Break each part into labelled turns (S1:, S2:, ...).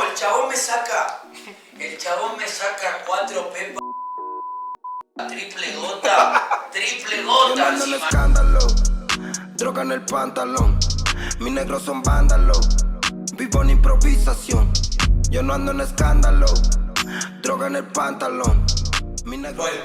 S1: El chabón me saca, el chabón me saca cuatro pepas, triple gota, triple gota
S2: Llenando el
S1: encima.
S2: escándalo, droga en el pantalón. Mis negros son vándalos, vivo en improvisación. Yo no ando en escándalo, droga en el pantalón. Mis negros
S3: Bueno,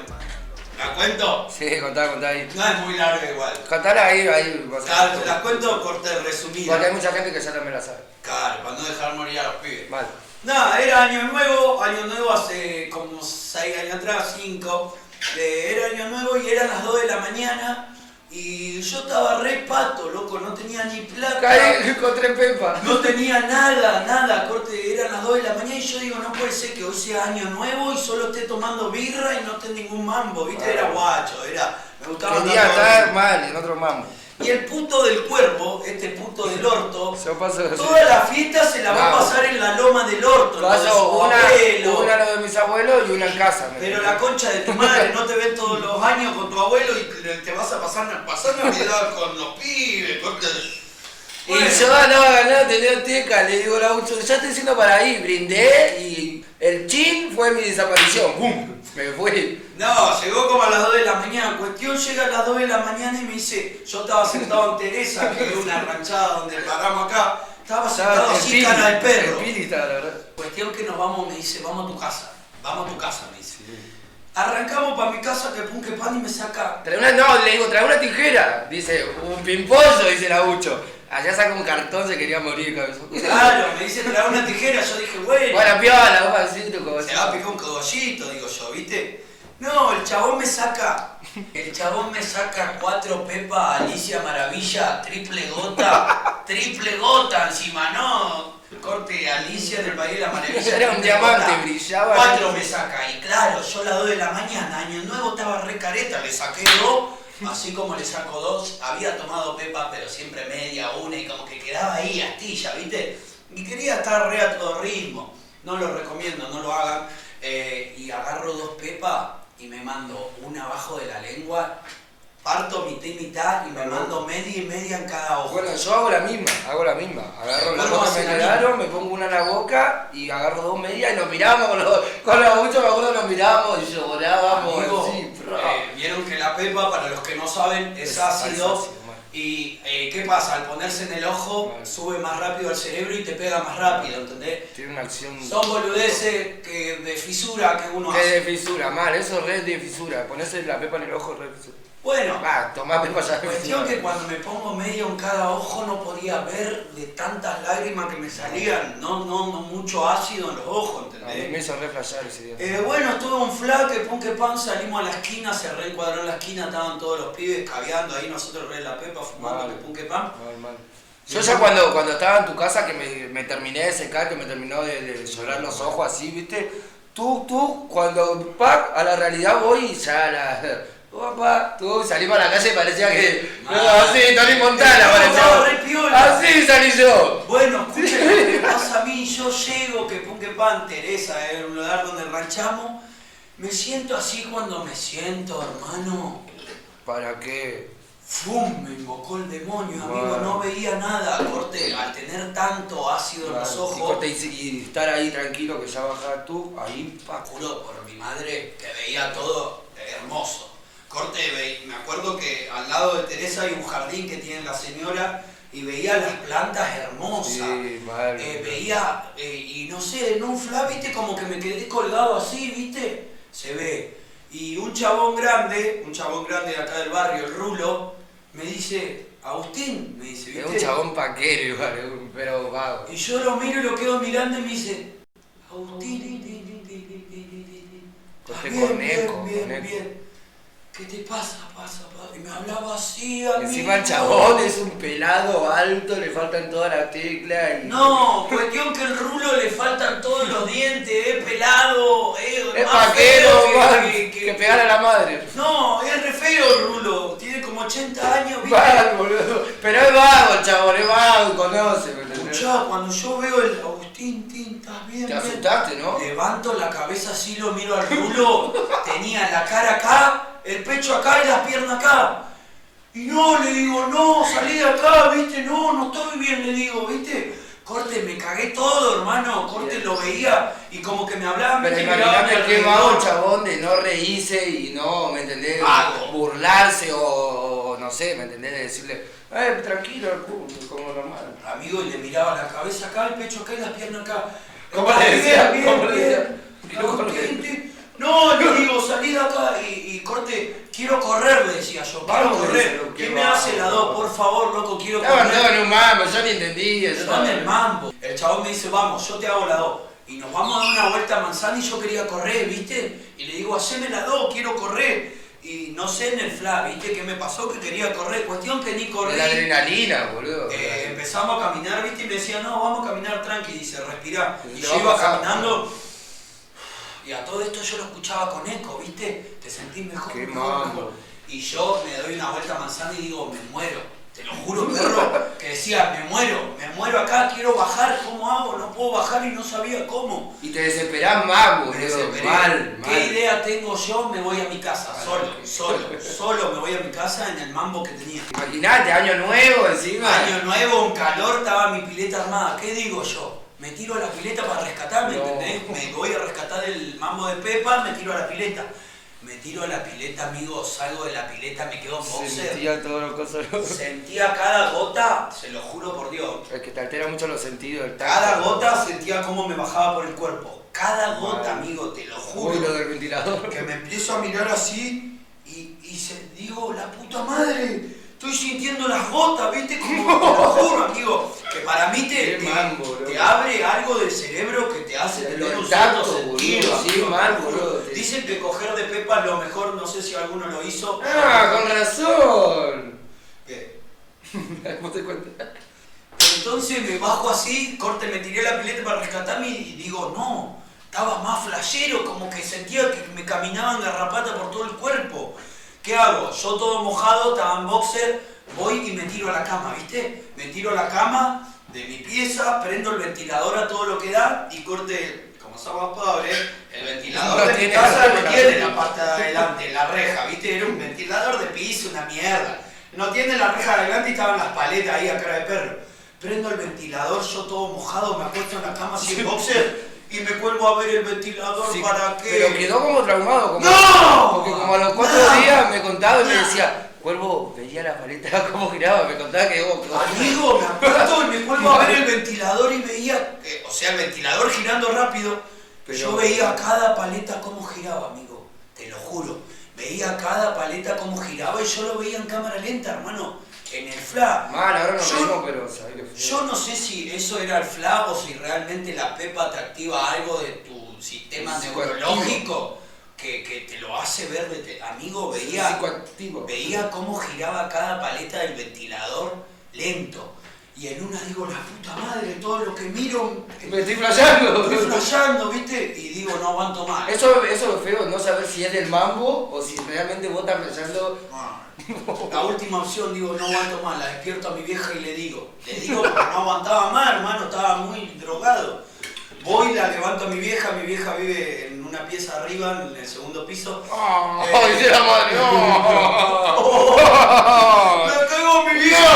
S3: ¿la cuento?
S4: Sí, contá, contá ahí.
S3: No es muy larga igual.
S4: Contala ahí, ahí. vos-
S3: Claro, te la cuento corta y resumida.
S4: Porque hay mucha gente que ya también la sabe.
S3: Claro, para no dejar morir a los pibes.
S4: Vale.
S3: Nada, era año nuevo, año nuevo hace como 6 años atrás, 5. era año nuevo y eran las 2 de la mañana y yo estaba re pato, loco, no tenía ni plata.
S4: Caí, encontré Pepa.
S3: No tenía nada, nada, corte, eran las 2 de la mañana y yo digo, no puede ser que hoy sea año nuevo y solo esté tomando birra y no esté ningún mambo, viste, era guacho, era, me gustaba
S4: Un día
S3: tanto-
S4: está mal, en otro mambo.
S3: Y el puto del cuervo, este puto del orto,
S4: Yo paso.
S3: toda la fiesta se la va a
S4: No.
S3: pasar en la loma del orto, la de
S4: Paso
S3: su
S4: una,
S3: abuelo.
S4: una lo de mis abuelos y una en casa. me
S3: Pero
S4: parece.
S3: la concha de tu madre, no te ven todos los años con tu abuelo y te- te vas a pasar pasar Navidad con los pibes. Con...
S4: Y
S3: Bueno,
S4: yo andaba no, tenía teca, le digo a la Ucho, ya estoy siendo para ahí, brindé y el chin fue mi desaparición. ¡Bum! Me fui.
S3: No, llegó como a las 2 de la mañana. Cuestión llega a las 2 de la mañana y me dice, yo estaba sentado en Teresa, que es una ranchada donde paramos acá, estaba sentado así cara de perro.
S4: El pili estaba, la verdad.
S3: Cuestión que nos vamos, me dice, vamos a tu casa, vamos a tu casa, me dice. Arrancamos para mi casa que pum que pan y me saca.
S4: Trae una, no, le digo, trae una tijera. Dice, un pimpollo, dice la Ucho. Allá saca un cartón, se quería morir, cabezón.
S3: Claro, me dice trae una tijera, yo dije, bueno,
S4: Bueno, piola, vos así, tu cosa.
S3: Pues se va a picar un cogollito, digo yo, ¿viste? No, el chabón me saca, el chabón me saca cuatro pepas Alicia Maravilla, triple gota, triple gota encima, no. Corte Alicia del País de la Maravilla.
S4: Era un
S3: triple gota.
S4: diamante, brillaba.
S3: Cuatro me saca, y claro, yo a las 2 de la mañana, año nuevo estaba re careta, le saqué dos, así como le saco dos, había tomado pepa, pero siempre media, una, y como que quedaba ahí, astilla, ¿viste? Y quería estar re a todo ritmo, no lo recomiendo, no lo hagan, Eh, y agarro dos pepas y me mando una abajo de la lengua, parto mitad y mitad, y me mando media y media en cada ojo.
S4: Bueno, yo hago la misma, hago la misma. Agarro las
S3: Bueno,
S4: dos que
S3: hace
S4: me
S3: la
S4: quedaron, me pongo una en la boca y agarro dos medias y nos miramos con los, con los muchos, me acuerdo, nos miramos y llorábamos.
S3: Amigo,
S4: sí, bro.
S3: eh, Vieron que la pepa, para los que no saben, es,
S4: Es
S3: ácido.
S4: ácido, bueno.
S3: y eh, ¿qué pasa? Al ponerse en el ojo,
S4: Bueno.
S3: sube más rápido al cerebro y te pega más rápido, ¿entendés?
S4: Tiene una acción
S3: Son boludeces que, de fisura que uno
S4: Mm. que es
S3: hace.
S4: de fisura, mal, eso es re de fisura. Ponerse la pepa en el ojo es re de fisura.
S3: Bueno,
S4: Ah, tomá pepa ya
S3: la
S4: de
S3: cuestión
S4: fisura.
S3: que cuando me pongo medio en cada ojo no podía ver de tantas lágrimas que me salían. No, no, no mucho ácido en los ojos,
S4: A mí
S3: ¿entendés?
S4: me hizo re flashear ese día.
S3: Eh, bueno, estuve un flaque, punk que pan, salimos a la esquina, se reencuadró en la esquina, estaban todos los pibes caviando ahí, nosotros re la pepa, fumando
S4: Vale.
S3: el punk que pan.
S4: Mal, mal. Yo ya cuando, cuando estaba en tu casa, que me, me terminé de secar, que me terminó de, de llorar los ojos así, ¿viste? Tú, tú, cuando pa, a la realidad voy y ya a la... Papá, tú salimos a la calle y parecía que...
S3: Mal.
S4: No, así, Tony Montana
S3: Estaba
S4: parecía.
S3: Ah. re piola.
S4: Así salí yo.
S3: Bueno, escuchen lo que me pasa a mí, yo llego, que punk que pan, Teresa, era un lugar donde ranchamos, me siento así cuando me siento, hermano.
S4: ¿Para qué?
S3: ¡Fum! Me invocó el demonio, amigo,
S4: Wow.
S3: no veía nada, corte, al tener tanto ácido en los
S4: Y,
S3: ojos.
S4: corté y- y estar ahí tranquilo que ya bajaba tú, ahí, pa.
S3: juro por mi madre que veía todo hermoso. Corte, ve- me acuerdo que al lado de Teresa hay un jardín que tiene la señora y veía las plantas hermosas.
S4: Sí, mal.
S3: Eh, veía, eh, y no sé, en un flash, viste, como que me quedé colgado así, viste, se ve. Y un chabón grande, un chabón grande de acá del barrio, el Rulo, me dice, Agustín, me dice,
S4: Es
S3: viste.
S4: un chabón paquero igual, es un- pero vago.
S3: Y yo lo miro y lo quedo mirando y me dice, Agustín,
S4: Corté
S3: está
S4: con eco,
S3: bien,
S4: con eco.
S3: bien. ¿Qué te pasa, pasa, pasa? Y me hablaba así, amigo.
S4: Encima el chabón es un pelado alto, le faltan todas las teclas y...
S3: No, cuestión que el rulo le faltan todos los dientes, es pelado, es,
S4: Es
S3: más
S4: paquero,
S3: feo
S4: man, que, pegar a la madre.
S3: No, es re feo el rulo, tiene como 80 años, ¿viste?
S4: Mal, boludo. Pero es vago el chabón, es vago, conoce. ¿me entendés?
S3: Escuchá, cuando yo veo el Agustín, tin, estás bien,
S4: Te
S3: bien?
S4: asustaste, ¿no?
S3: eh, Levanto la cabeza así, lo miro al rulo. Tenía la cara acá, el pecho acá y las piernas acá. Y no, le digo, no, salí de acá, viste, no, no estoy bien, le digo, viste. Corte, me cagué todo, hermano. Corte lo veía y como que me hablaba,
S4: Pero
S3: me
S4: imagínate el tema
S3: alrededor.
S4: un chabón de no reírse y no, ¿me entendés?
S3: Vago.
S4: Burlarse o, o no sé, ¿me entendés? De decirle, eh, tranquilo, como normal.
S3: Amigo, y le miraba la cabeza acá, el pecho acá y las piernas acá.
S4: ¿Cómo le decía? ¿Cómo le decía?
S3: Bien, bien, bien. No, le digo, salí de acá y, y corte, quiero correr, le decía yo, quiero
S4: Vamos,
S3: correr.
S4: dice,
S3: ¿Qué
S4: qué
S3: me
S4: va.
S3: hace la dos? Por favor, loco, quiero
S4: Estaba
S3: correr.
S4: andando en un mambo, yo ni entendía. yo
S3: Dame el
S4: estaba-
S3: mambo. El chabón me dice, vamos, yo te hago la dos. Y nos vamos a dar una vuelta a Manzana y yo quería correr, ¿viste? Y le digo, haceme la dos, quiero correr. Y no sé en el fla, ¿viste? ¿Qué me pasó? Que quería correr. Cuestión que ni corrí.
S4: La adrenalina, boludo.
S3: Eh, empezamos a caminar, ¿viste? Y me decía, no, vamos a caminar tranqui, dice, respirá. Y
S4: Te
S3: yo
S4: va
S3: iba
S4: pasando.
S3: caminando. Y a todo esto yo lo escuchaba con eco, ¿viste? Te sentís mejor.
S4: Qué
S3: mejor,
S4: mambo.
S3: mejor. Y yo me doy una vuelta a manzana y digo, me muero. Te lo juro, perro, que decía, me muero, me muero acá, quiero bajar, ¿cómo hago? No puedo bajar y no sabía cómo.
S4: Y te desesperás más,
S3: Me
S4: boludo.
S3: desesperé.
S4: Mal,
S3: ¿Qué
S4: mal.
S3: idea tengo yo? Me voy a mi casa,
S4: Mal.
S3: solo, solo, solo me voy a mi casa en el mambo que tenía.
S4: Imaginate, año nuevo encima.
S3: Año nuevo, un calor, estaba mi pileta armada. ¿Qué digo yo? Me tiro a la pileta para rescatarme,
S4: No.
S3: ¿entendés? Me voy a rescatar el mambo de Pepa, me tiro a la pileta. Me tiro a la pileta, amigo, salgo de la pileta, me quedo en boxer.
S4: Sentía todos los cosas.
S3: Sentía cada gota, se lo juro por Dios.
S4: Es que te altera mucho los sentidos. el tacto.
S3: Cada gota sentía cómo me bajaba por el cuerpo. Cada gota, amigo, te lo
S4: Uy,
S3: juro.
S4: lo del ventilador.
S3: que me empiezo a mirar así y, y se- digo, la puta madre, estoy sintiendo las gotas, ¿viste? Como te lo juro, amigo, que para mí te,
S4: Qué
S3: te-
S4: mambo, bro.
S3: te abre algo del cerebro que te hace
S4: El
S3: tener un
S4: tacto,
S3: cierto sentido.
S4: boludo, sí,
S3: amigo,
S4: mal,
S3: te juro.
S4: boludo.
S3: Dicen que coger de pepa es lo mejor, no sé si alguno lo hizo.
S4: Ah, con razón.
S3: Que-
S4: ¿Vos te cuenta?
S3: Entonces me bajo así, corte, me tiré la pileta para rescatarme y digo, no, estaba más flashero, como que sentía que me caminaban garrapata por todo el cuerpo. ¿Qué hago? Yo todo mojado, estaba en boxer, voy y me tiro a la cama, ¿viste? Me tiro a la cama de mi pieza, prendo el ventilador a todo lo que da y corte, como somos pobres, el ventilador
S4: No
S3: de mi
S4: tiene
S3: casa
S4: la
S3: no
S4: reja.
S3: tiene la parte de adelante, la reja, ¿viste? Era un ventilador de piso, una mierda. No tiene la reja de adelante y estaban las paletas ahí a cara de perro. Prendo el ventilador, yo todo mojado, me acuesto en la cama sin boxer y me cuelgo a ver el ventilador
S4: Sí,
S3: para qué.
S4: Pero quedó como traumado. Como,
S3: ¡No!
S4: Porque como a los cuatro
S3: No.
S4: días me contaba y me decía, cuervo, veía la paleta cómo giraba. Me contaba que vos.
S3: Amigo, me acuerdo y me vuelvo a ver el ventilador y veía, eh, o sea, el ventilador girando rápido.
S4: Pero-
S3: Yo veía cada paleta cómo giraba, amigo, te lo juro. Veía cada paleta cómo giraba y yo lo veía en cámara lenta, hermano, en el flash.
S4: Mal, ahora no
S3: Yo-
S4: vemos, pero sabés que fue.
S3: Yo no sé si eso era el fla o si realmente la pepa te activa algo de tu sistema
S4: Psicoactivo.
S3: neurológico que, que te lo hace ver. de te- Amigo, veía.
S4: Psicoactivo.
S3: Veía cómo giraba cada paleta del ventilador lento. Y en una digo, la puta madre, todo lo que miro
S4: Me
S3: estoy
S4: estoy flasheando.
S3: flasheando, ¿viste? Y digo, no aguanto más.
S4: Eso, eso es lo feo, no saber si es del mambo o si realmente vos estás flasheando.
S3: La última opción, digo, no aguanto más, la despierto a mi vieja y le digo. Le digo porque no aguantaba más, hermano, estaba muy drogado. Voy, la levanto a mi vieja, mi vieja vive en una pieza arriba, en el segundo piso.
S4: ¡Ay, de la madre!
S3: Oh. ¡Me
S4: ¡No!
S3: cagó mi vieja!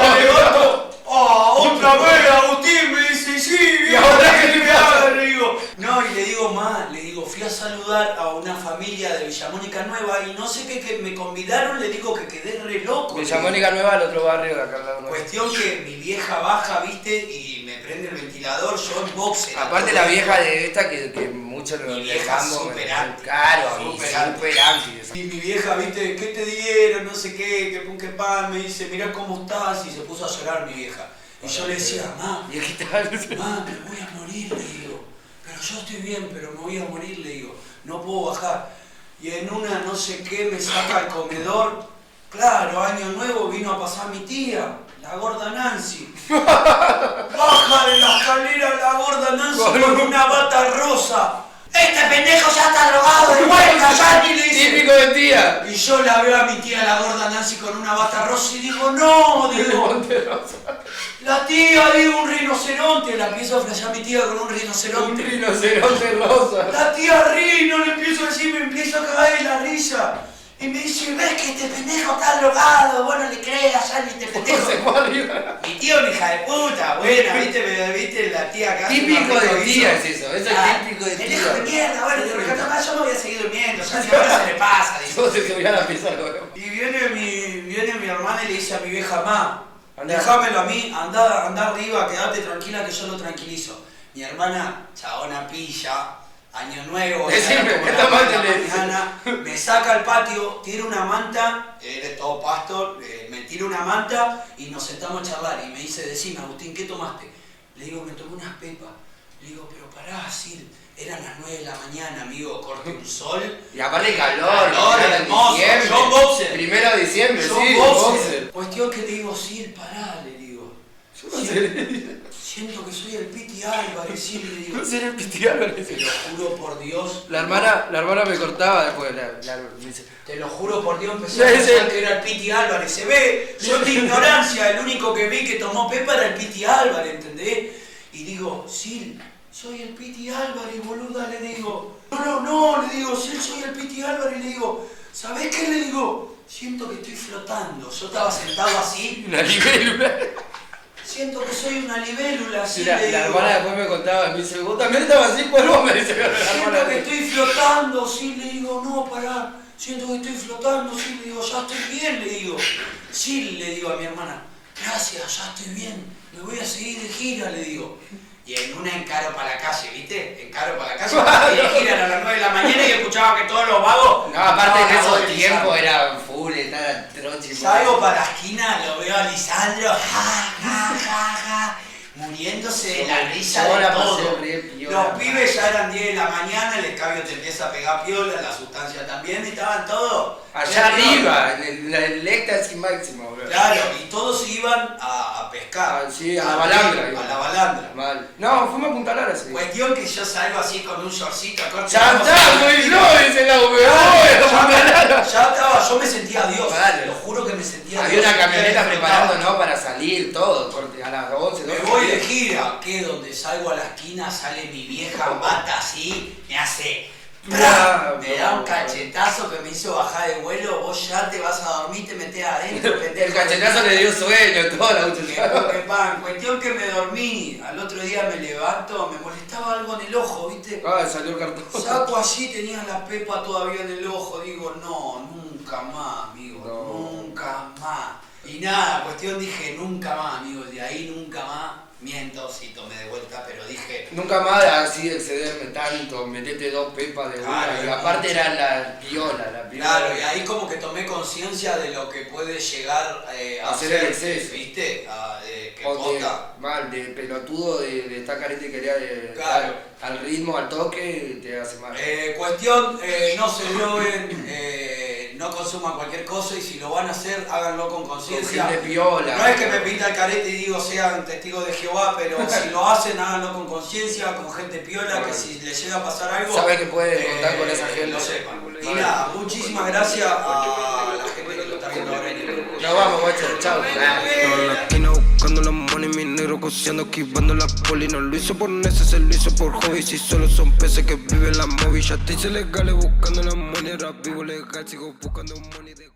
S3: ¡La levanto! ¡Ah, otra vez, Agustín! Me dice, sí, viejo,
S4: ahora qué te
S3: me
S4: pasa?
S3: Le digo, no, y le digo, ma, le digo, fui a saludar a una familia de Villamónica Nueva y no sé qué, que me convidaron, le digo que quedé re loco.
S4: Me llamó Nica Nueva al otro barrio de acá al lado nuestro.
S3: Cuestión que mi vieja baja, viste, y me prende el ventilador, yo en boxer.
S4: Aparte la vieja de esta que, que mucho lo
S3: Mi vieja
S4: dejamos.
S3: super anti.
S4: Claro, a mí,
S3: Super anti.
S4: super anti.
S3: Y mi vieja, viste, ¿qué te dieron? No sé qué, que pun que pan, me dice, mirá cómo estás, y se puso a llorar mi vieja. Y yo le decía, ma,
S4: Y aquí está.
S3: Ma, me voy a morir, le digo. Pero yo estoy bien, pero me voy a morir, le digo. No puedo bajar. Y en una no sé qué me saca al comedor. Claro, año nuevo vino a pasar mi tía, la gorda Nancy. Baja de la escalera la gorda Nancy con una bata rosa. Este pendejo ya está drogado de vuelta, Santi, le dice.
S4: Típico de tía.
S3: Y yo la veo a mi tía, la gorda Nancy, con una bata rosa y digo, no, digo, la tía, digo, un rinoceronte. La empiezo a flashear a mi tía con un
S4: Un
S3: rinoceronte.
S4: rinoceronte rosa.
S3: La tía Rino, le empiezo a decir, me empiezo a caer la risa. Y me dice, ves que este pendejo está drogado, vos no le creas, Sally, este pendejo.
S4: Se fue arriba.
S3: Mi tío, una hija de puta, buena, viste, me- viste la tía acá.
S4: Típico de tía es
S3: sí.
S4: eso, eso
S3: Ah,
S4: es típico de
S3: el hijo de
S4: tía.
S3: mierda, bueno, te rescato más, yo me voy a seguir durmiendo, ya si ahora se le pasa, dice.
S4: Yo se subía a la pieza luego.
S3: Y viene mi, viene mi hermana y le dice a mi vieja, ma,
S4: Andá.
S3: dejámelo a mí, andá, andá arriba, quedate tranquila que yo lo tranquilizo. Mi hermana, chabona pilla, año nuevo,
S4: Decime,
S3: era como
S4: ¿qué
S3: la
S4: tamaño
S3: una de la
S4: le dice?
S3: mañana, me saca al patio, tira una manta, era todo pasto, eh, me tira una manta y nos sentamos a charlar. Y me dice, decime, Agustín, ¿qué tomaste? Le digo, me tomé unas pepas. Le digo, pero pará, Sil, eran las 9 de la mañana, amigo, corte un sol.
S4: Y aparte el calor,
S3: Calor,
S4: era en
S3: hermoso,
S4: diciembre.
S3: John Boxer.
S4: Primero de diciembre,
S3: Yo
S4: sí,
S3: boxer.
S4: boxer.
S3: Cuestión que le digo, Sil, pará, le digo.
S4: Yo no sé.
S3: Siento que soy el Piti Álvarez, Sil, le digo.
S4: No sé, era pitiado, le
S3: Te
S4: decía.
S3: lo juro por Dios.
S4: La hermana, la hermana me cortaba después. La, la, me dice,
S3: Te lo juro por Dios, empecé a
S4: Sí,
S3: pensar
S4: sí.
S3: que era el Piti Álvarez. Se ve, yo de ignorancia, el único que vi que tomó Pepa era el Piti Álvarez, ¿entendés? Y digo, Sil, soy el Piti Álvarez, boluda, le digo. No, no, no, le digo, Sil, soy el Piti Álvarez, le digo. ¿Sabés qué? Le digo, siento que estoy flotando. Yo estaba sentado así,
S4: la libélula.
S3: siento que soy una libélula, así
S4: Y La,
S3: le digo.
S4: la hermana después me contaba, me dice, vos también estabas así, polvo, me dice la
S3: Siento que
S4: hermana.
S3: estoy flotando, sí, le digo, no, pará. Siento que estoy flotando, sí, le digo, ya estoy bien, le digo. Sí, le digo a mi hermana, gracias, ya estoy bien, me voy a seguir de gira, le digo. Y en una encaro para la calle, ¿viste? Encaro para la calle, me seguí de gira a las 9 de la mañana y escuchaba que todos los vagos.
S4: No, aparte en
S3: estaban
S4: esos
S3: agonizando.
S4: tiempos era full, estaba troche.
S3: Salgo para la esquina, lo veo a Lisandro, ja, ja, ja, ja, muriéndose de la risa
S4: Yo
S3: de
S4: la pasé
S3: todo.
S4: re piola.
S3: Los pibes ya eran 10 de la mañana, el escabio te empieza a pegar piola, la sustancia también, y estaban todos.
S4: Allá
S3: re piola.
S4: arriba, en el, la- el éxtasis máximo, bro.
S3: Claro, y todos se iban a, a pescar.
S4: Ah, sí, a la balandra,
S3: A
S4: iban.
S3: la balandra.
S4: Mal. No, fuimos a Punta Lara, sí.
S3: Cuestión que yo salgo así con un shortcito corto.
S4: Ya está, soy yo, dice la UBO,
S3: Ya,
S4: a Punta Lara.
S3: ya estaba, yo me sentía Dios,
S4: Claro.
S3: lo juro que me sentía
S4: Había
S3: Dios.
S4: una camioneta
S3: preparada.
S4: preparando, ¿no? Para salir, todo, corte, a las 11,
S3: Me
S4: 12.
S3: voy de gira, que donde salgo a la esquina sale mi vieja mata así, me hace. ¡pra! Me da un cachetazo que me hizo bajar de vuelo, vos ya te vas a dormir, te metés adentro, pendejo.
S4: El cachetazo le dio sueño, todo la
S3: Que
S4: última.
S3: pan, que pan. Cuestión que me dormí, al otro día me levanto, me molestaba algo en el ojo, ¿viste?
S4: Ah, salió el cartón.
S3: Saco así, tenía la pepa todavía en el ojo, digo, no, nunca más, amigo,
S4: No.
S3: nunca más. Y nada, cuestión dije, nunca más, amigo, de ahí nunca más. Miento si tomé de vuelta, pero dije,
S4: Nunca más así excederme tanto, metete dos pepas de una.
S3: Claro,
S4: y aparte era la piola, la piola.
S3: Claro, y ahí como que tomé conciencia de lo que puede llegar eh, a
S4: Hacer
S3: ser,
S4: el exceso.
S3: ¿viste? A, eh, que
S4: O de-
S3: posta.
S4: mal, de pelotudo, de, de estar careta y querer de-
S3: Claro.
S4: al, al ritmo, al toque, te hace mal.
S3: Eh, cuestión, eh, no se droguen, eh, no consuman cualquier cosa y si lo van a hacer, háganlo con
S4: Con
S3: conciencia.
S4: gente piola.
S3: No es que me pinta el carete y digo sean testigos de Jehová, pero si lo hacen, háganlo con conciencia, con gente piola, que
S4: Claro.
S3: si les llega a pasar algo.
S4: Saben que pueden contar con esa gente.
S3: Lo sepan. Y nada, muchísimas gracias a la gente que lo está viendo ahora en el grupo.
S4: Nos vamos, guacho, chao.
S2: Todo latino buscando la money, mi negro cociendo, esquivando la poli. No lo hizo por neces, se lo hizo por hobby. Si solo son peces que viven la móvil, ya te hice legales buscando la money. Ahora vivo legal, sigo buscando money de